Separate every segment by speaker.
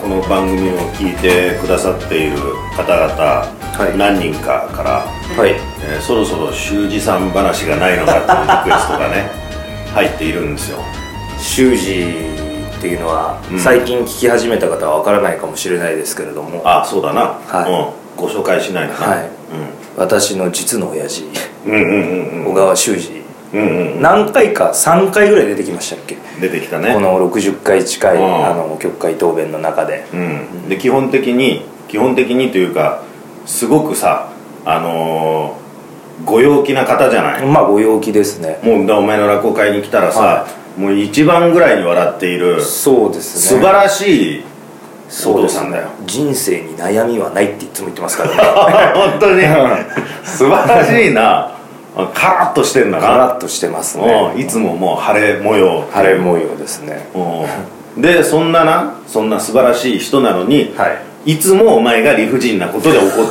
Speaker 1: この番組を聞いてくださっている方々、
Speaker 2: い
Speaker 1: 何人かから、
Speaker 2: はい
Speaker 1: えーそろそろ修二さん話がないのかっていうリクエストがね 入っているんですよ
Speaker 2: 修二っていうのは
Speaker 1: うん
Speaker 2: 最近聞き始めた方はわからないかもしれないですけれども、
Speaker 1: あそうだな、
Speaker 2: は
Speaker 1: うん、ご紹介しないとな、
Speaker 2: はい私の実の親父
Speaker 1: うん、うんうんうん
Speaker 2: 小川修二
Speaker 1: うんうん
Speaker 2: 何回か3回ぐらい出てきましたっけ
Speaker 1: 出てきたね
Speaker 2: この60回近い
Speaker 1: うん
Speaker 2: あの曲会答弁の中で
Speaker 1: うん、で基本的に基本的にというかすごくさあのーご陽気な方じゃない、
Speaker 2: まあご陽気ですね
Speaker 1: もうだお前の落語会に来たらさ、
Speaker 2: は
Speaker 1: もう一番ぐらいに笑っている
Speaker 2: そうですね
Speaker 1: 素晴ら しいお
Speaker 2: そう
Speaker 1: 父
Speaker 2: です
Speaker 1: さん
Speaker 2: ね
Speaker 1: だよ、
Speaker 2: 人生に悩みはないっていつも言ってますからね
Speaker 1: 本当に 素晴らしいなあカラッとしてんだ
Speaker 2: ガ
Speaker 1: な
Speaker 2: ラッとしてます
Speaker 1: うんい
Speaker 2: ね
Speaker 1: つももう晴れ模様
Speaker 2: 晴れ模様ですね
Speaker 1: うんでそんななそんな素晴らしい人なのに、
Speaker 2: はい
Speaker 1: いつもお前が理不尽なことで怒っているっていう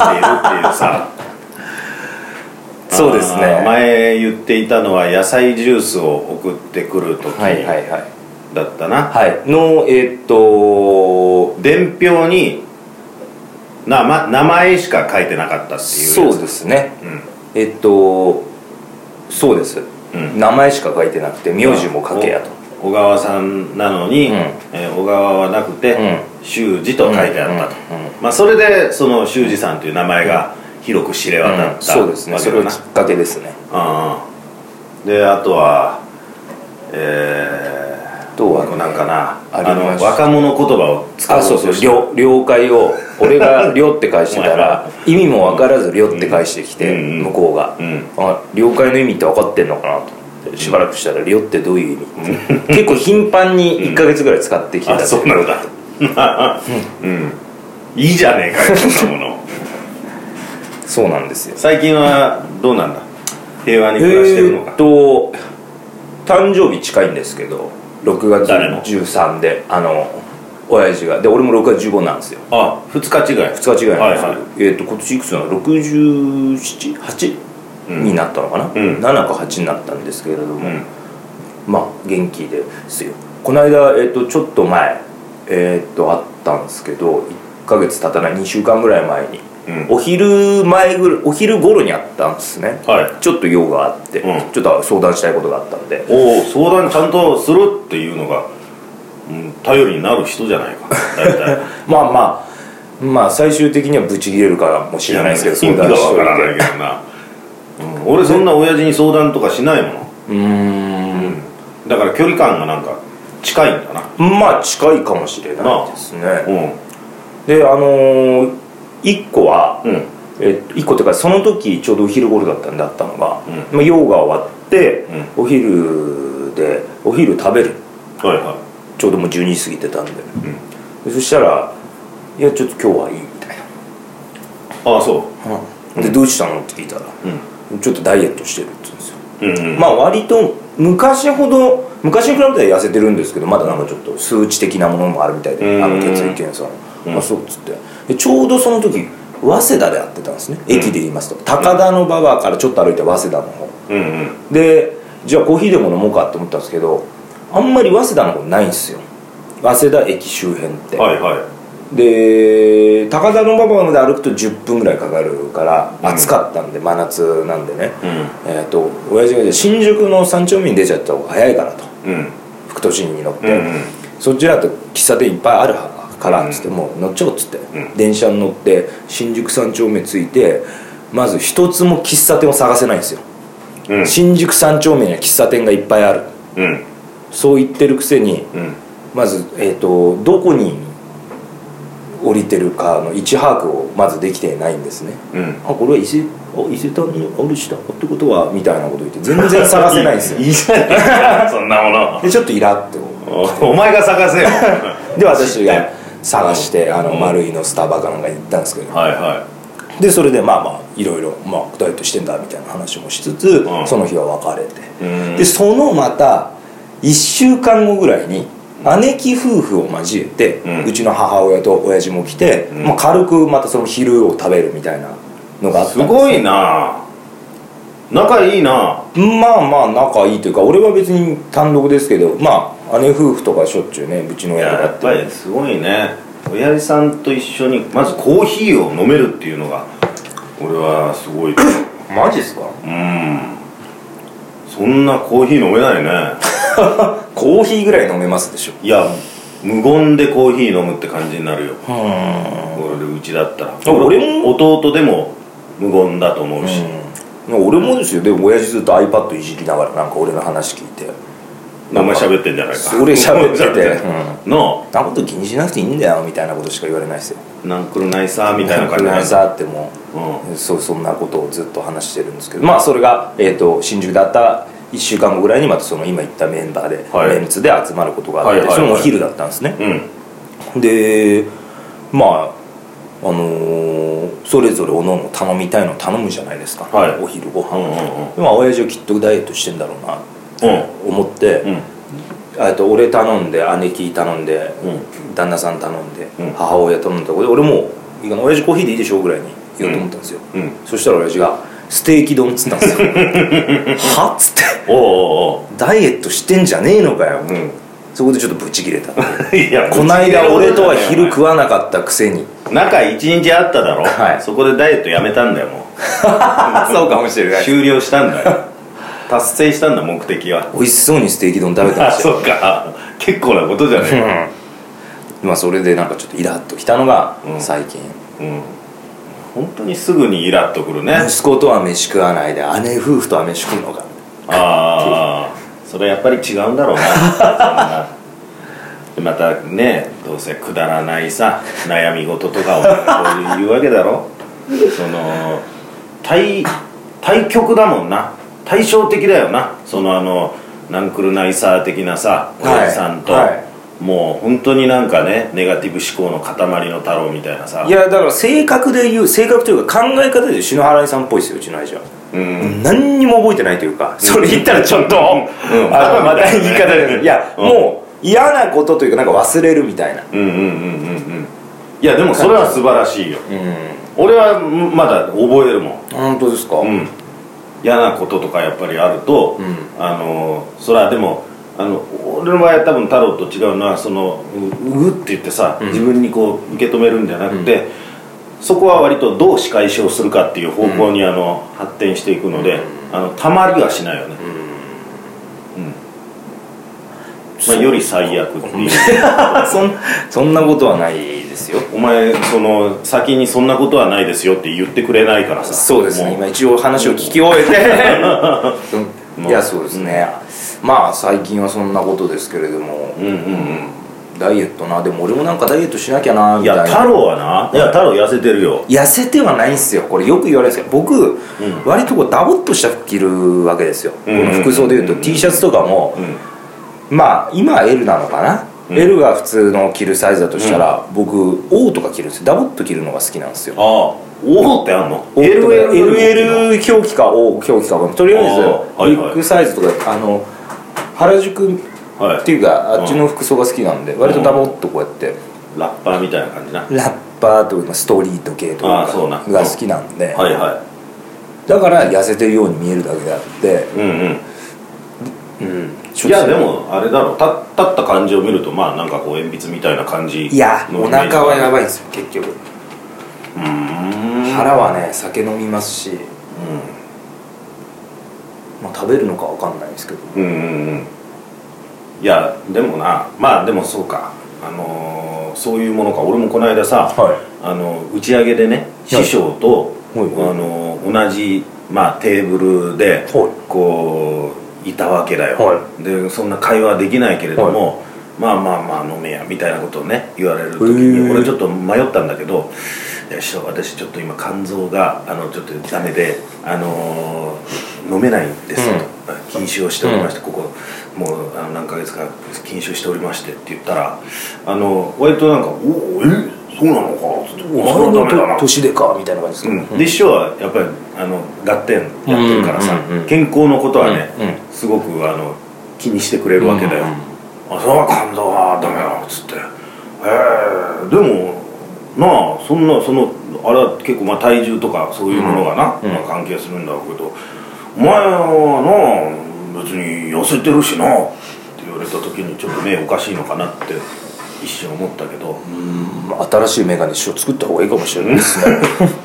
Speaker 1: さ
Speaker 2: そうですね
Speaker 1: あー前言っていたのは野菜ジュースを送ってくる時
Speaker 2: はいはいはい
Speaker 1: だったな、
Speaker 2: はいのえーっと
Speaker 1: 伝票にな、ま、名前しか書いてなかったっていう
Speaker 2: そう
Speaker 1: す、
Speaker 2: ですね
Speaker 1: うん
Speaker 2: えーっとそうです、
Speaker 1: うん
Speaker 2: 名前しか書いてなくて名字も書けやと
Speaker 1: お小川さんなのに、
Speaker 2: うん
Speaker 1: えー小川はなくて、
Speaker 2: う
Speaker 1: 修二と書いてあったと、
Speaker 2: うんうんうん
Speaker 1: まあ、それでその修二さんという名前が広く知れ渡った、
Speaker 2: うんそうですね
Speaker 1: わけ
Speaker 2: そ
Speaker 1: だ
Speaker 2: れを
Speaker 1: な
Speaker 2: きっかけですね
Speaker 1: うんであとはえー、
Speaker 2: あとはね
Speaker 1: もうなんかな
Speaker 2: ありました
Speaker 1: 若者言葉を使お
Speaker 2: あ
Speaker 1: う
Speaker 2: そ
Speaker 1: と
Speaker 2: うそう「
Speaker 1: して
Speaker 2: りょ了解を俺が「了」って返してたら意味も分からず「了」って返してきて
Speaker 1: うんうん
Speaker 2: 向こうが
Speaker 1: うん
Speaker 2: 「あ了解の意味って分かってんのかな」と思ってしばらくしたら「了」ってどういう意味って結構頻繁に1か月ぐらい使ってきてた
Speaker 1: あ
Speaker 2: と
Speaker 1: そうなんだ うんいいじゃねえかよそんなも の
Speaker 2: そうなんですよ
Speaker 1: 最近はどうなんだ平和
Speaker 2: え
Speaker 1: に暮らしてるの
Speaker 2: ー
Speaker 1: か
Speaker 2: っ、と誕生日近いんですけど6月
Speaker 1: 誰の
Speaker 2: 13であの親父がで俺も6月15なんですよ
Speaker 1: あ二日違い
Speaker 2: 2日違いなん
Speaker 1: は
Speaker 2: で
Speaker 1: い
Speaker 2: すよ、
Speaker 1: はい
Speaker 2: えー、と今年いくつなの 67?8?
Speaker 1: うん
Speaker 2: になったのかな、
Speaker 1: ん
Speaker 2: 7か8になったんですけれども、
Speaker 1: うん
Speaker 2: まあ元気ですよこの間、えー、とちょっと前えっ、とあったんですけど1ヶ月経たない2週間ぐらい前に、
Speaker 1: うん
Speaker 2: お昼前ぐらいお昼頃にあったんですね
Speaker 1: はい
Speaker 2: ちょっと用があって、
Speaker 1: うん
Speaker 2: ちょっと相談したいことがあったんで
Speaker 1: おお相談ちゃんとするっていうのが、うん、頼りになる人じゃ ないか大体
Speaker 2: まあまあまあ最終的にはブチ切れるからもしれないですけど
Speaker 1: 意
Speaker 2: 相
Speaker 1: 味が
Speaker 2: 談し
Speaker 1: わ
Speaker 2: とい
Speaker 1: からない
Speaker 2: て
Speaker 1: けどな、うん俺そんな親父に相談とかしないもの
Speaker 2: うーん
Speaker 1: だから距離感がなんか近いんだな
Speaker 2: まあ近いかもしれないですね
Speaker 1: う
Speaker 2: であのー、1個は、
Speaker 1: んうん
Speaker 2: えっと1個っていうかその時ちょうどお昼頃だったんだったのが、まあ、用が終わって、お昼でお昼食べる
Speaker 1: はいは
Speaker 2: ちょうどもう12時過ぎてたんで,で、そしたら「いやちょっと今日はいい」みたい
Speaker 1: いああそ
Speaker 2: な「でどうしたの?」って聞いたら、ちょっとダイエットしてる」って言うんです
Speaker 1: う
Speaker 2: よ
Speaker 1: うんうん
Speaker 2: まあ割と昔ほど昔に比べては痩せてるんですけどまだなんかちょっと数値的なものもあるみたいで
Speaker 1: うん
Speaker 2: あの血液検査の、まあ、そうっつってでちょうどその時早稲田で会ってたんですね駅で言いますと、高田の馬場からちょっと歩いて早稲田の方
Speaker 1: うんうん
Speaker 2: でじゃあコーヒーでも飲もうかって思ったんですけどあんまり早稲田の方ないんですよ早稲田駅周辺って、
Speaker 1: はいは
Speaker 2: で高田馬場まで歩くと10分ぐらいかかるから暑かったんで、真夏なんでね、えっ、と親父がじゃあ新宿の三丁目に出ちゃった方が早いからと
Speaker 1: いうん
Speaker 2: 副都心に乗って、
Speaker 1: うんうん
Speaker 2: そっちだと喫茶店いっぱいあるからっつって、もう乗っちゃおうっつって、
Speaker 1: ん
Speaker 2: 電車に乗って新宿三丁目着いてまず一つも喫茶店を探せないんですよ、
Speaker 1: うん
Speaker 2: 新宿三丁目には喫茶店がいっぱいある
Speaker 1: うん
Speaker 2: そう言ってるくせに
Speaker 1: うん
Speaker 2: まず、えー、とどこに降りてるかの位置把握をまずできてないんですね
Speaker 1: うん
Speaker 2: あこれは伊勢あ伊勢丹にあるしだってことはみたいなこと言って全然探せないんです よ
Speaker 1: いいじゃねえか そんなもの
Speaker 2: でちょっとイラって思う
Speaker 1: おお前が探 せよ
Speaker 2: で私が探してあの
Speaker 1: うん
Speaker 2: 丸井のスタバかなんかに行ったんですけど
Speaker 1: はいは
Speaker 2: でそれでまあまあいろいろまあダイエットしてんだみたいな話もしつつ、
Speaker 1: うん
Speaker 2: その日は別れて、
Speaker 1: うん
Speaker 2: でそのまた1週間後ぐらいに姉貴夫婦を交えて、う
Speaker 1: うん
Speaker 2: ちの母親と親父も来て、
Speaker 1: うん
Speaker 2: まあ、軽くまたその昼を食べるみたいなのがあ
Speaker 1: い
Speaker 2: っ
Speaker 1: す
Speaker 2: たんです
Speaker 1: ごいな仲いいな
Speaker 2: まあまあ仲いいというか俺は別に単独ですけどまあ姉夫婦とかしょっちゅうねうちの親とか
Speaker 1: や
Speaker 2: っ
Speaker 1: ってぱりすごいね親父さんと一緒にまずコーヒーを飲めるっていうのが俺はすごいう
Speaker 2: マジっすか
Speaker 1: んそんなコーヒー飲めないね
Speaker 2: コーヒーぐらい飲めますでしょ
Speaker 1: いや無言でコーヒー飲むって感じになるよ
Speaker 2: うん
Speaker 1: 俺うちだったら
Speaker 2: あ俺も
Speaker 1: 弟でも無言だと思うし、
Speaker 2: 俺もですよでも親父ずっと iPad いじりながらなんか俺の話聞いて
Speaker 1: 名前喋ってんじゃないか
Speaker 2: 俺喋って て
Speaker 1: の
Speaker 2: なこと気にしなくていいんだよみたいなことしか言われないですよ
Speaker 1: 「ナンクルナイサー」みたいな感じ
Speaker 2: なんかさっても
Speaker 1: うん
Speaker 2: うそうそんなことをずっと話してるんですけどまあそれが、えー、と新宿だった1週間後ぐらいにまたその今言ったメンバーで、
Speaker 1: はい
Speaker 2: メンツで集まることがあって、
Speaker 1: はいはいはい
Speaker 2: それもお昼だったんですね
Speaker 1: うん
Speaker 2: でまああのーそれぞれおのおの頼みたいの頼むじゃないですか、
Speaker 1: はい
Speaker 2: お昼ご
Speaker 1: うん
Speaker 2: 飯、でまあ親父はきっとダイエットしてんだろうな
Speaker 1: うんうん
Speaker 2: 思って、
Speaker 1: うん
Speaker 2: えっと俺頼んで姉貴頼んで、
Speaker 1: うん
Speaker 2: 旦那さん頼んで、
Speaker 1: うん
Speaker 2: 母親頼んだ俺もいいかな親父コーヒーでいいでしょぐらいに言おうと思ったんですよ、
Speaker 1: うん
Speaker 2: そしたら親父が「ステーキ丼」っつったん ですよはっつって
Speaker 1: おうおうおう
Speaker 2: ダイエットしてんじゃねえのかよ、
Speaker 1: うん
Speaker 2: そこでちょっとブチ切れた
Speaker 1: いや
Speaker 2: こないだ俺とは昼
Speaker 1: う
Speaker 2: 食わなかったくせに
Speaker 1: 中1日あっただろ、
Speaker 2: はい
Speaker 1: そこでダイエットやめたんだよも
Speaker 2: そうかもしれ
Speaker 1: う終了したんだよ達成したんだ目的は
Speaker 2: 美味しそうにステーキ丼食べてま
Speaker 1: あ
Speaker 2: したよ
Speaker 1: そっか 結構なことじゃねえか
Speaker 2: まあそれでなんかちょっとイラッときたのが
Speaker 1: うん
Speaker 2: 最近、
Speaker 1: うん本当にすぐにイラっとくるね
Speaker 2: 息子とは飯食わないで姉夫婦とは飯食うのか
Speaker 1: ああそれやっぱり違うんだろうな そんなでまたねどうせくだらないさ悩み事とかをこう言うわけだろその対対極だもんな対照的だよなそのあのナンクルナイサー的なさお
Speaker 2: はい
Speaker 1: じさんと、
Speaker 2: はい
Speaker 1: もう本当になんかねネガティブ思考の塊の太郎みたいなさ
Speaker 2: いやだから性格で言う性格というか考え方で言う篠原さんっぽいですようちの親父は、
Speaker 1: うん
Speaker 2: 何にも覚えてないというかそれ言ったらちょっと、
Speaker 1: ん
Speaker 2: あのまた言い方でいや、
Speaker 1: うん
Speaker 2: もう嫌なことというかなんか忘れるみたいな
Speaker 1: うんうんうんうんうんいやでもそれは素晴らしいよ
Speaker 2: うん
Speaker 1: 俺はんまだ覚えるもん
Speaker 2: 本当ですか、
Speaker 1: うん、嫌なこととかやっぱりあると、
Speaker 2: う
Speaker 1: あのそれはでもあの俺の場合は多分太郎と違うのはそのうううって言ってさ、
Speaker 2: ん
Speaker 1: 自分にこう受け止めるんじゃなくて、そこは割とどう仕返しをするかっていう方向に、あの発展していくので、あのたまりはしないよね、うんまあ、より最悪っていう。
Speaker 2: そんそんなことはないですよ
Speaker 1: お前その先にそんなことはないですよって言ってくれないからさ
Speaker 2: そうですね
Speaker 1: も
Speaker 2: 今一応話を聞き終えて、 うんいやそうですね、まあ最近はそんなことですけれども、
Speaker 1: うんうんうん
Speaker 2: ダイエットなでも俺もなんかダイエットしなきゃないみた
Speaker 1: や
Speaker 2: いな
Speaker 1: 太郎はないや太郎痩せてるよ
Speaker 2: 痩せてはないんですよこれよく言われるんですけど僕、割とこうダボっとした服着るわけですよ、
Speaker 1: うん
Speaker 2: この服装でいうと、
Speaker 1: うん
Speaker 2: T シャツとかも、まあ今は L なのかな、
Speaker 1: うん
Speaker 2: L が普通の着るサイズだとしたら、僕 O とか着るんですよダボっと着るのが好きなんですよ
Speaker 1: ああおおってあんの
Speaker 2: LL,
Speaker 1: LL
Speaker 2: 表記か O 表記か分かんないとりあえず
Speaker 1: あーはい
Speaker 2: ビ
Speaker 1: はい
Speaker 2: ッグサイズとかあの原宿
Speaker 1: は
Speaker 2: って
Speaker 1: い
Speaker 2: いうかあっちの服装が好きなんで割とダボっとこうやって
Speaker 1: ラッパーみたいな感じな
Speaker 2: ラッパーというかストリート系と
Speaker 1: あーそうな
Speaker 2: かが好きなんで
Speaker 1: はいは
Speaker 2: だから痩せてるように見えるだけであって
Speaker 1: いうんうん
Speaker 2: うん
Speaker 1: いやでもあれだろた立った感じを見るとまあなんかこう鉛筆みたいな感じ
Speaker 2: いや
Speaker 1: の
Speaker 2: お腹はやば
Speaker 1: い
Speaker 2: いんですよ結局
Speaker 1: うーん
Speaker 2: 腹はね酒飲みますし、まあ、食べるのかわかんないですけど
Speaker 1: うんうんうんいやでもなまあでもそうかあのーそういうものか俺もこの間さ、
Speaker 2: は
Speaker 1: あの打ち上げでね師匠と、
Speaker 2: はいはい
Speaker 1: あの同じ、まあ、テーブルで、
Speaker 2: はい
Speaker 1: こういたわけだよ、
Speaker 2: は
Speaker 1: でそんな会話できないけれども、まあまあまあ飲めやみたいなことをね言われる時
Speaker 2: へ
Speaker 1: に
Speaker 2: え
Speaker 1: 俺ちょっと迷ったんだけど「いや師匠私ちょっと今肝臓があのちょっとダメで、あのー飲めないんです」と、禁酒をしておりまして、ここもうあの何ヶ月か禁酒しておりまして」って言ったらあの割となんか「おおえそうなのか」つって「おそれはダメだな」
Speaker 2: 年でかみたいな感じです
Speaker 1: うん、で師匠はやっぱりあの合点やってるからさ、
Speaker 2: うんうんうん
Speaker 1: 健康のことはね、
Speaker 2: うんうん
Speaker 1: すごくあの気にしてくれるわけだよ、
Speaker 2: うんうん
Speaker 1: あそれは肝臓はダメだっつってへえでもなあそんなそのあれは結構まあ体重とかそういうものがな、
Speaker 2: うんうん
Speaker 1: まあ関係するんだろうけどお前はなあ別に痩せてるしなって言われた時にちょっと目おかしいのかなって一瞬思ったけど
Speaker 2: 新しいメガネ師匠作った方がいいかもしれないですね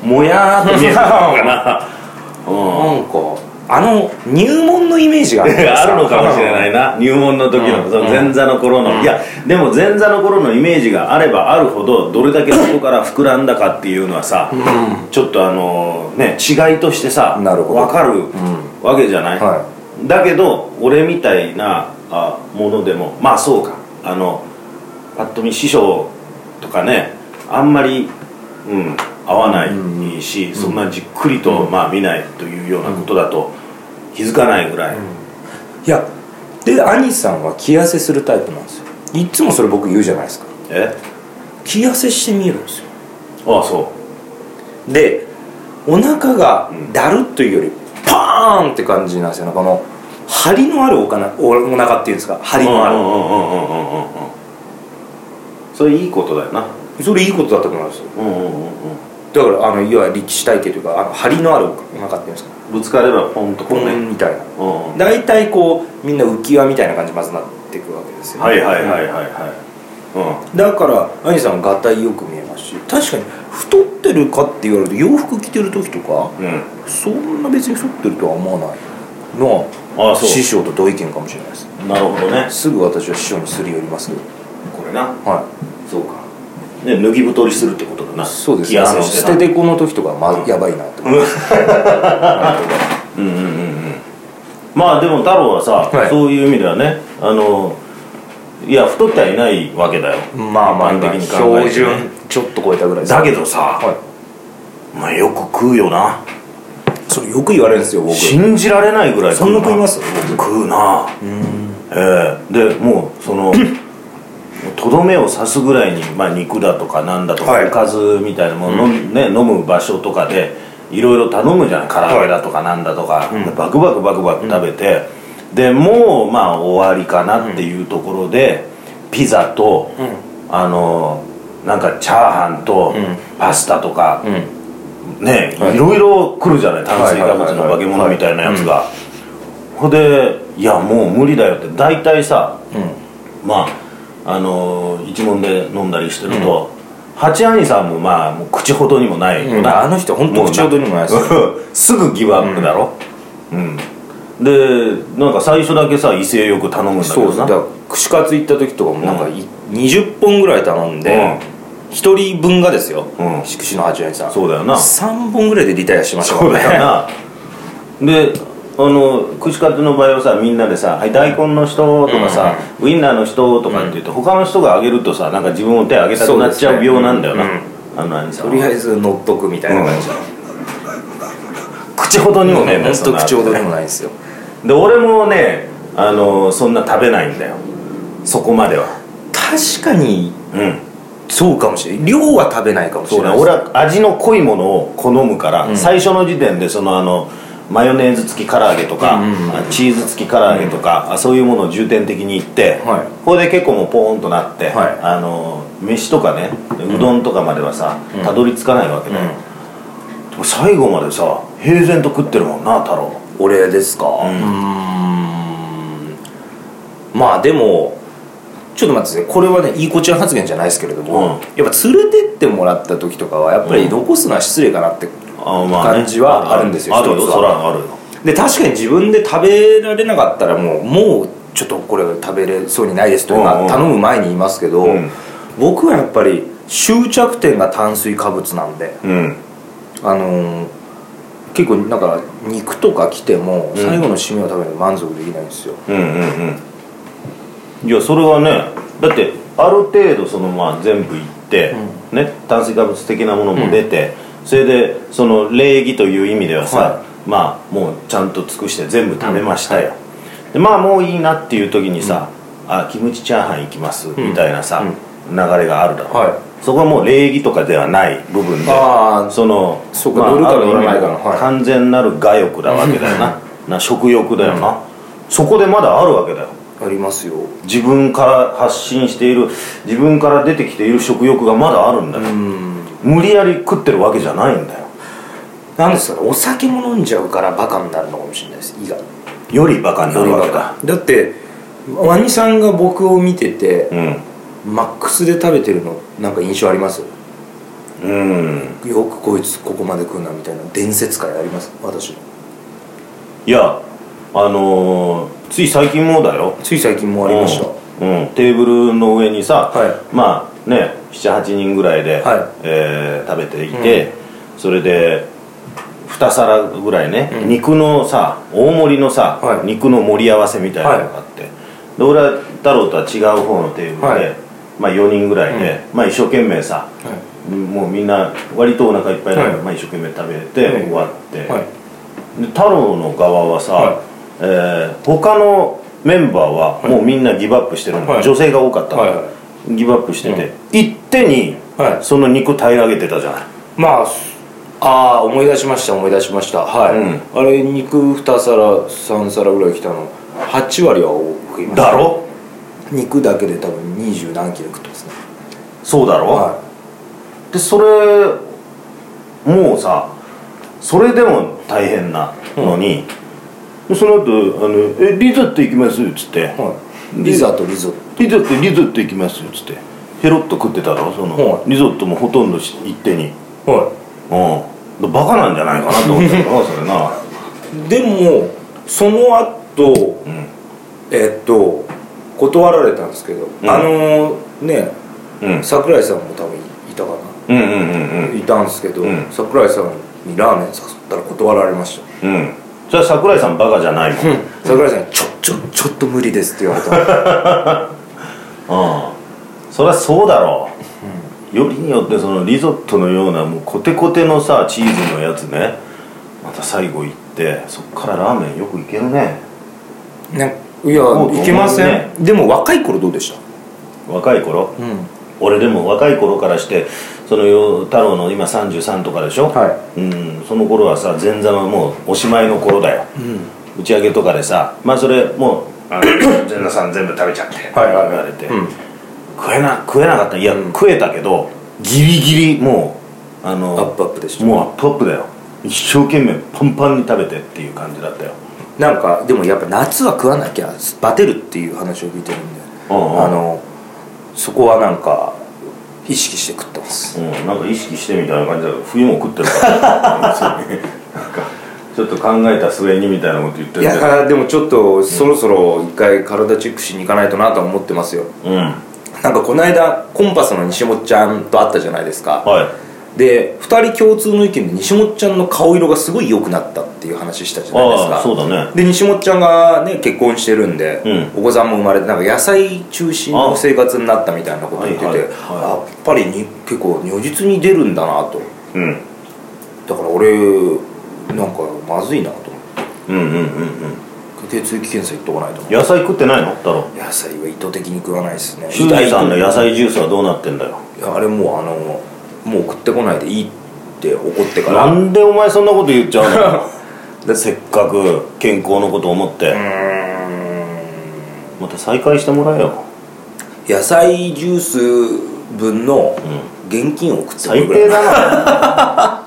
Speaker 1: もやーっと見えたのかなうん
Speaker 2: なんかあの入門のイメージがあ
Speaker 1: あるのかもしれないな入門の時の,、
Speaker 2: うん
Speaker 1: その前座の頃の、いやでも前座の頃のイメージがあればあるほどどれだけそこから膨らんだかっていうのはさ、ちょっとあのね違いとしてさ
Speaker 2: なるほど
Speaker 1: 分かるわけじゃない、
Speaker 2: は
Speaker 1: だけど俺みたいなあものでもまあそうかあのぱっと見師匠とかねあんまりうん合わないし、そんなじっくりと、まあ見ないというようなことだと気づかないぐらい、
Speaker 2: いやで兄さんは着痩せするタイプなんですよいっつもそれ僕言うじゃないですか
Speaker 1: え
Speaker 2: 着痩せして見えるんですよ
Speaker 1: ああそ
Speaker 2: でお腹がだるっというよりパーンって感じなんですよねこの張りのあるおかなおお腹っていうんですか張
Speaker 1: う
Speaker 2: りのある、
Speaker 1: うんうんうんうんうんうんうんそれいいことだよな
Speaker 2: それいいことだと思いますよ
Speaker 1: うんうんうんうん
Speaker 2: だからあのいわゆる力士体系というかあの張りのあるお腹っていうんですか
Speaker 1: ぶつかればポンとこ
Speaker 2: ポ
Speaker 1: うね、
Speaker 2: ンみたいな
Speaker 1: うんうん
Speaker 2: 大体こうみんな浮き輪みたいな感じにまずなっていくわけですよ、ね、
Speaker 1: はいはいはいはいはい
Speaker 2: だから兄さんがたいよく見えますし確かに太ってるかって言われると洋服着てる時とか
Speaker 1: うんうん
Speaker 2: そんな別に太ってるとは思わないの
Speaker 1: あ
Speaker 2: は
Speaker 1: あそう
Speaker 2: 師匠と同意見かもしれないです
Speaker 1: なるほどね
Speaker 2: すぐ私は師匠にすり寄りますけど
Speaker 1: これな
Speaker 2: は
Speaker 1: そうかね脱ぎ太りするってことだない
Speaker 2: そうです
Speaker 1: 気
Speaker 2: ね
Speaker 1: が
Speaker 2: あ
Speaker 1: する
Speaker 2: の
Speaker 1: し
Speaker 2: 捨
Speaker 1: てな
Speaker 2: ててこの時とかまやばいなと思って
Speaker 1: うんうんうんうんまあでも太郎はさ、
Speaker 2: はい
Speaker 1: そういう意味ではねあのいや太ってはいないわけだよ
Speaker 2: まあまあ
Speaker 1: 一般
Speaker 2: まあ
Speaker 1: 的に考え
Speaker 2: 標
Speaker 1: てね
Speaker 2: 準ちょっと超えたぐらいです
Speaker 1: だけどさ、
Speaker 2: はい
Speaker 1: まあ、よく食うよな
Speaker 2: そうよく言われるんですよ僕
Speaker 1: 信じられないぐらい
Speaker 2: そんな食います
Speaker 1: 食うなええでもうそのとどめを刺すぐらいに、まあ、肉だとかなんだとか、
Speaker 2: はい
Speaker 1: おかずみたいなもの、ね、飲む場所とかでいろいろ頼むじゃん唐揚げだとかなんだとか、でバクバクバクバク食べて、でもうまあ終わりかなっていうところで、ピザと、あのなんかチャーハンと
Speaker 2: うん
Speaker 1: パスタとか、
Speaker 2: うん
Speaker 1: ね、
Speaker 2: はい
Speaker 1: いろいろ来るじゃない炭水化物の
Speaker 2: はいはいはいはい
Speaker 1: 化け物みたいなやつが、ほんでいやもう無理だよって大体さまああのー一問で飲んだりしてると、八兄さんもまあもう口ほどにもない、
Speaker 2: うんあの人本当口ほどにもないですよ
Speaker 1: すすぐギブアップだろうん、でなんか最初だけさ威勢よく頼むんだけ
Speaker 2: そう
Speaker 1: ど
Speaker 2: です
Speaker 1: な
Speaker 2: だから串カツ行った時とかもなんか、
Speaker 1: う
Speaker 2: い20本ぐらい頼んで、一人分がですよ、
Speaker 1: うん
Speaker 2: 串の八円さん
Speaker 1: そうだよな
Speaker 2: 3本ぐらいでリタイアしましたか
Speaker 1: そうだよ
Speaker 2: らね
Speaker 1: な であの串カツの場合はさみんなでさ「はい大根の人」とかさ、ウインナーの人」とかって言うと、他の人があげるとさなんか自分を手あげたくなっちゃう病なんだよな、
Speaker 2: そうですね
Speaker 1: あの兄さん
Speaker 2: と
Speaker 1: は
Speaker 2: りあえず乗っとくみたいな感じで、
Speaker 1: 口ほどにもね
Speaker 2: 本当口ほどで
Speaker 1: も
Speaker 2: もないですよ
Speaker 1: で俺もねあのそんな食べないんだよそこまでは
Speaker 2: 確かに
Speaker 1: うん
Speaker 2: そうかもしれない量は食べないかも
Speaker 1: そ
Speaker 2: しれ
Speaker 1: う
Speaker 2: な
Speaker 1: だ
Speaker 2: い
Speaker 1: 俺は味の濃いものを好むから、最初の時点でそのあのマヨネーズ付き唐揚げとか、あチーズ付き唐揚げとか、あそういうものを重点的にいって、
Speaker 2: はい
Speaker 1: これで結構もうポーンとなって、
Speaker 2: はい
Speaker 1: あの飯とかねうどんとかまではさたど、り着かないわけだよ、でも最後までさ平然と食ってるもんな太郎
Speaker 2: 俺ですかうーんまあでもちょっと待ってくださいこれはねいい子ちゃん発言じゃないですけれども、やっぱ連れてってもらった時とかはやっぱり残すのは失礼かなって、
Speaker 1: あ、
Speaker 2: 感じはあるんですよ
Speaker 1: ある
Speaker 2: 一
Speaker 1: よ
Speaker 2: つは
Speaker 1: そらあるよ
Speaker 2: で確かに自分で食べられなかったらもうもうちょっとこれ食べれそうにないですというの
Speaker 1: うんう
Speaker 2: は
Speaker 1: ん
Speaker 2: 頼む前に言いますけど、
Speaker 1: うん
Speaker 2: 僕はやっぱり執着点が炭水化物なんで
Speaker 1: うん
Speaker 2: あのー結構なんか肉とか来ても最後の締めを食べるの満足できないんですよ、
Speaker 1: うんうんうんいやそれはねだってある程度そのまあ全部いって、ね炭水化物的なものも出て、それでその礼儀という意味ではさ、
Speaker 2: は
Speaker 1: まあもうちゃんと尽くして全部食べましたよ、でまあもういいなっていう時にさ「あキムチチャーハン行きます」みたいなさ、流れがあるだろう、
Speaker 2: は
Speaker 1: そこはもう礼儀とかではない部分で
Speaker 2: ああ
Speaker 1: その
Speaker 2: そうか乗るか乗らないかのはい
Speaker 1: 完全なる我欲だわけだよなな食欲だよな、そこでまだあるわけだよ
Speaker 2: ありますよ
Speaker 1: 自分から発信している自分から出てきている食欲がまだあるんだよ、無理やり食ってるわけじゃないんだよ
Speaker 2: なんですかねお酒も飲んじゃうからバカになるのかもしれないです胃が
Speaker 1: よりバカになるわけだ
Speaker 2: だってワニさんが僕を見てて
Speaker 1: うん
Speaker 2: マックスで食べてるのなんか印象あります
Speaker 1: うん
Speaker 2: よくこいつここまで来るなみたいな伝説会あります私
Speaker 1: いやあのーつい最近もだよ
Speaker 2: つい最近もありました、
Speaker 1: うん、うんテーブルの上にさ、
Speaker 2: は
Speaker 1: まあね78人ぐらいで、
Speaker 2: は
Speaker 1: えー食べていて、それで2皿ぐらいね、
Speaker 2: うん
Speaker 1: 肉のさ大盛りのさ、
Speaker 2: はい
Speaker 1: 肉の盛り合わせみたいなのがあって、で俺は太郎とは違う方のテーブルで、
Speaker 2: はい
Speaker 1: まあ4人ぐらいで、まあ一生懸命さもうみんな割とお腹いっぱいだから、
Speaker 2: はい
Speaker 1: まあ一生懸命食べて、
Speaker 2: はい
Speaker 1: 終わって、
Speaker 2: はい
Speaker 1: で太郎の側はさ、
Speaker 2: はい
Speaker 1: えー他のメンバーはもうみんなギブアップしてるの、
Speaker 2: はい
Speaker 1: 女性が多かったの、
Speaker 2: はいは
Speaker 1: ギブアップしてて、一手に
Speaker 2: はい
Speaker 1: その肉平らげてたじゃない、
Speaker 2: まあああ思い出しました思い出しましたはい、
Speaker 1: う
Speaker 2: あれ肉2皿3皿ぐらい来たの8割は多くいました
Speaker 1: だろ
Speaker 2: 肉だけで多分二十何キロ食ってますね
Speaker 1: そうだろ、
Speaker 2: は
Speaker 1: でそれもうさそれでも大変なのに、でその後あのえリゾット行きます」っつって、
Speaker 2: い、はい、リザとリゾッ
Speaker 1: リゾットリゾット行きます」っつってヘロッと食ってたろその、
Speaker 2: はい
Speaker 1: リゾットもほとんどし一手に。
Speaker 2: トは
Speaker 1: うんバカなんじゃないかなと思ったけ どなそれない
Speaker 2: でもその後
Speaker 1: うん
Speaker 2: えっと断られたんですけど、
Speaker 1: ん
Speaker 2: あのーね
Speaker 1: うん
Speaker 2: 桜井さんも多分いたか
Speaker 1: うんうんうん
Speaker 2: な、いたんですけど、
Speaker 1: うん
Speaker 2: 桜井さんにラーメン誘ったら断られました
Speaker 1: うんうんそれは桜井さんバカじゃないもん、うん、
Speaker 2: 桜井さんに「ちょちょちょっと無理です」って言われた
Speaker 1: そりゃそうだろう、よりによってそのリゾットのようなもうコテコテのさチーズのやつねまた最後行ってそっからラーメンよくいけるね
Speaker 2: ねいや
Speaker 1: もう
Speaker 2: いけません、
Speaker 1: ごめんね
Speaker 2: でも若い頃どうでした
Speaker 1: 若い頃
Speaker 2: うん
Speaker 1: 俺でも若い頃からしてそのよ太郎の今33とかでしょ、
Speaker 2: は
Speaker 1: うんその頃はさ前座はもうおしまいの頃だよ
Speaker 2: い、うん、
Speaker 1: 打ち上げとかでさまあそれもう あの前座さん全部食べちゃって言
Speaker 2: はいはいはい
Speaker 1: われて、
Speaker 2: うん
Speaker 1: 食えな食えなかったいや、
Speaker 2: うん
Speaker 1: 食えたけどギリギリもうあの
Speaker 2: アップアップでした
Speaker 1: もうアップアップだよ一生懸命パンパンに食べてっていう感じだったよ
Speaker 2: なんかでもやっぱ夏は食わなきゃバテるっていう話を聞いてるんで、
Speaker 1: うんうん
Speaker 2: あのそこはなんか意識して食ってます
Speaker 1: うんなんか意識してみたいな感じだけど冬も食ってるから別になんかちょっと考えた末にみたいなこと言って
Speaker 2: い
Speaker 1: るけど
Speaker 2: やでもちょっとそろそろ一回体チェックしに行かないとなとは思ってますよ
Speaker 1: うんはい
Speaker 2: なんかこの間コンパスの西本ちゃんと会ったじゃないですかで2人共通の意見で西本ちゃんの顔色がすごい良くなったっていう話したじゃないです
Speaker 1: あ
Speaker 2: か
Speaker 1: あそうだね
Speaker 2: で西本ちゃんがね結婚してるんで、
Speaker 1: う
Speaker 2: お子さんも生まれてなんか野菜中心の生活になったみたいなこと言ってて、
Speaker 1: はいはいはい
Speaker 2: あやっぱりに結構如実に出るんだなと
Speaker 1: うん
Speaker 2: だから俺なんかまずいなと思
Speaker 1: うんうんうんうん
Speaker 2: って血液検査行っとかないとな
Speaker 1: 野菜食ってないの太郎
Speaker 2: 野菜は意図的に食わないですね
Speaker 1: 修二さんの野菜ジュースはどうなってんだよ
Speaker 2: いやあれもうあのもう食ってこないでいいって怒ってから
Speaker 1: な
Speaker 2: うん
Speaker 1: でお前そんなこと言っちゃ うのせっかく健康のこと思って
Speaker 2: ーん
Speaker 1: また再開してもらえよ
Speaker 2: 野菜ジュース分の現金を食ってこい
Speaker 1: 最
Speaker 2: ぐらい
Speaker 1: 低だな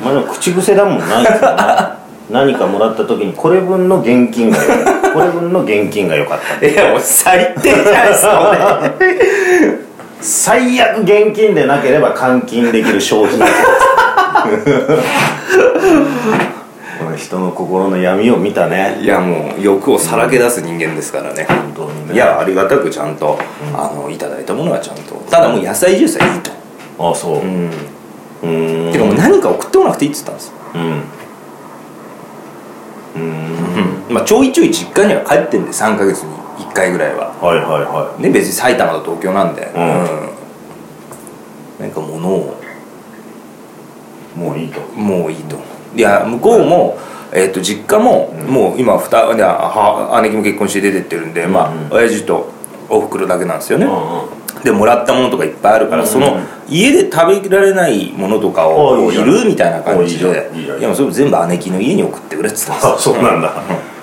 Speaker 1: お前の口癖だもんないですよね何かもらった時にこれ分の現金がよかったこれ分の現金が良 かった
Speaker 2: いやもう最低じゃないですか俺
Speaker 1: 最悪現金でなければ換金できる商品この人の心の闇を見たね
Speaker 2: いやもう欲をさらけ出す人間ですからね
Speaker 1: 本当にね
Speaker 2: いやありがたくちゃんと、あのいただいたものはちゃんとただもう野菜ジュースはいいと、、
Speaker 1: あそううんーん
Speaker 2: てかもう何か送ってこなくていいっつったんですよ、
Speaker 1: うんうーん
Speaker 2: まあ、ちょいちょい実家には帰ってんで3ヶ月に1回ぐらいは
Speaker 1: はいはいは
Speaker 2: ね別に埼玉と東京なんでうんなんか物を
Speaker 1: いもういいと
Speaker 2: もういいといや向こうも、えっと実家も、もう今ふたいや母姉貴も結婚して出てってるんで、ま
Speaker 1: う
Speaker 2: あ
Speaker 1: んうん
Speaker 2: 親父とおふくろだけなんですよ
Speaker 1: う
Speaker 2: ね、でもらったものとかいっぱいあるから、
Speaker 1: うんうん
Speaker 2: その家で食べられないものとかを
Speaker 1: あ
Speaker 2: こ
Speaker 1: あ
Speaker 2: う
Speaker 1: いい
Speaker 2: い
Speaker 1: じゃん
Speaker 2: るみたいな感じで
Speaker 1: あいいじゃんいいじゃん
Speaker 2: いやもうそれ全部姉貴の家に送ってくれって言ったん
Speaker 1: あ
Speaker 2: です
Speaker 1: そ
Speaker 2: よ
Speaker 1: うなんだ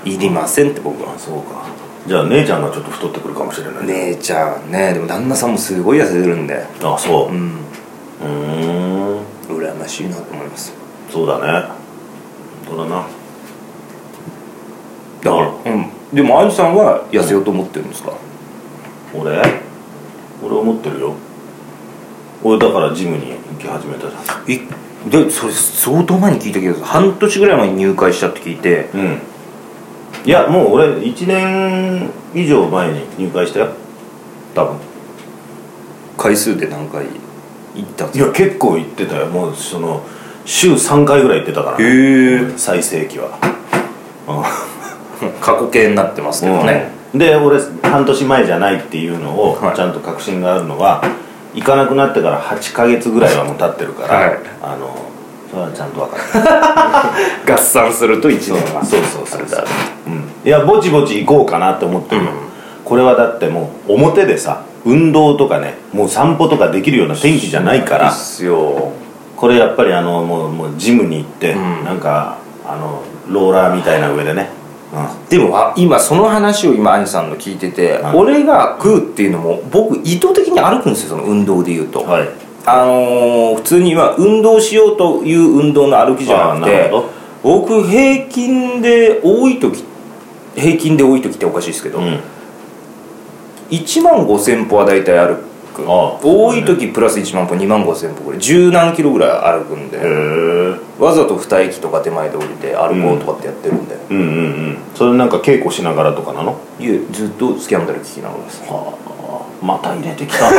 Speaker 2: いりませんって僕は
Speaker 1: そうかじゃあ姉ちゃんがちょっと太ってくるかもしれない
Speaker 2: 姉ちゃんねでも旦那さんもすごい痩せてるんで
Speaker 1: あそう
Speaker 2: う
Speaker 1: うんーん
Speaker 2: 羨ましいなと思います
Speaker 1: そうだね本当だな
Speaker 2: だから、うん、でもあゆさんは痩せようと思ってるんですか、
Speaker 1: 俺持ってるよ俺だからジムに行き始めたじゃ
Speaker 2: いでそれ相当前に聞いたけど半年ぐらい前に入会したって聞いて
Speaker 1: んうんいやもう俺1年以上前に入会したよ多分
Speaker 2: 回数で何回行ったん
Speaker 1: い
Speaker 2: です
Speaker 1: や結構行ってたよもうその週3回ぐらい行ってたから、
Speaker 2: かへえ
Speaker 1: 最盛期は
Speaker 2: 過去形になってますけどね、
Speaker 1: うんで俺半年前じゃないっていうのを
Speaker 2: はい
Speaker 1: ちゃんと確信があるのは、行かなくなってから8ヶ月ぐらいはもう経ってるから、
Speaker 2: はい
Speaker 1: あのそれはちゃんと分かる
Speaker 2: 合算すると1年は
Speaker 1: そう そうそうそ
Speaker 2: あ
Speaker 1: う
Speaker 2: れだ、
Speaker 1: うん、いやぼちぼち行こうかなって思ってる、これはだってもう表でさ運動とかねもう散歩とかできるような天気じゃないか
Speaker 2: いいっ
Speaker 1: ら
Speaker 2: すよ
Speaker 1: これやっぱりあのもうもうジムに行って、
Speaker 2: うん
Speaker 1: なんかあのローラーみたいな上でね、う
Speaker 2: でもあ今その話を今兄さんの聞いてて、
Speaker 1: はい
Speaker 2: 俺が食うっていうのも僕意図的に歩くんですよその運動で言うと、
Speaker 1: ん、はい
Speaker 2: あのー普通に今運動しようという運動の歩きじゃなく
Speaker 1: あーな
Speaker 2: て
Speaker 1: るほど
Speaker 2: 僕平均で多い時平均で多い時っておかしいですけど、
Speaker 1: うん
Speaker 2: 1万5000歩は大体歩く
Speaker 1: ああ
Speaker 2: 多い時プラス1万歩2万5000歩これ十何キロぐらい歩くんで
Speaker 1: へえ
Speaker 2: わざと2駅とか手前で降りて歩こうとかってやってるんで、
Speaker 1: うんうんうんそれなんか稽古しながらとかなの
Speaker 2: いえずっとスキャンダル聞きながらです
Speaker 1: はあまた入れてきた
Speaker 2: い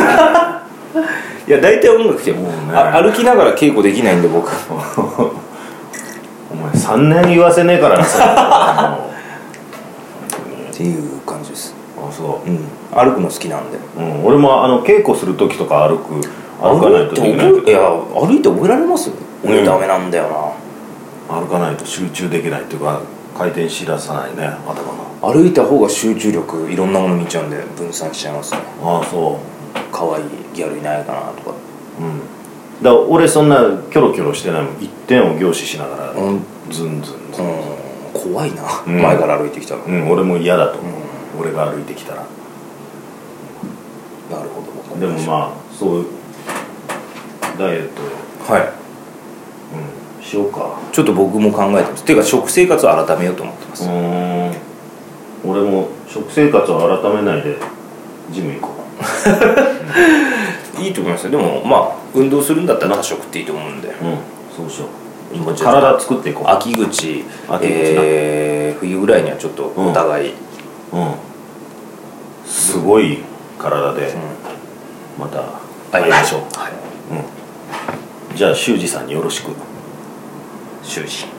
Speaker 2: や大体音楽聴けば、
Speaker 1: もうね
Speaker 2: あ歩きながら稽古できないんで僕
Speaker 1: お前3年言わせねえからなそれ あ
Speaker 2: っていう感じです、
Speaker 1: そ
Speaker 2: うん、歩くの好きなんで
Speaker 1: う、うん、俺もあの稽古する時とか歩く歩かないとできない
Speaker 2: 歩いて覚えいや歩いて覚えられます俺、
Speaker 1: うん
Speaker 2: ダメなんだよ
Speaker 1: 歩かないと集中できないっていうか回転しださないね頭が
Speaker 2: な歩いた方が集中力いろんなもの見ちゃうんで分散しちゃいますね
Speaker 1: ああそ
Speaker 2: 可愛いギャルいないかなとか
Speaker 1: ううんだから俺そんなキョロキョロしてないもん一点を凝視しながら
Speaker 2: うん、うん、
Speaker 1: ズンズンズン
Speaker 2: 怖いな、
Speaker 1: うん
Speaker 2: 前から歩いてきたの、
Speaker 1: うん俺も嫌だと思う、俺が歩いてきたら
Speaker 2: なるほど
Speaker 1: でもまあそうダイエット、
Speaker 2: あはい
Speaker 1: うん、しようか
Speaker 2: ちょっと僕も考えてますっていうか食生活を改めようと思ってま
Speaker 1: う
Speaker 2: す、
Speaker 1: ーん俺も食生活を改めないでジム行こうか
Speaker 2: いいと思いますよでもまあ運動するんだったら多食っていいと思うんで
Speaker 1: うんそうしよ
Speaker 2: もう
Speaker 1: う
Speaker 2: ちょっと
Speaker 1: 体作っていこう
Speaker 2: 秋口
Speaker 1: な
Speaker 2: えー冬ぐらいにはちょっとお互い、
Speaker 1: うんすごい体でまた
Speaker 2: 会いましょう、
Speaker 1: じゃあ修二さんによろしく
Speaker 2: 終始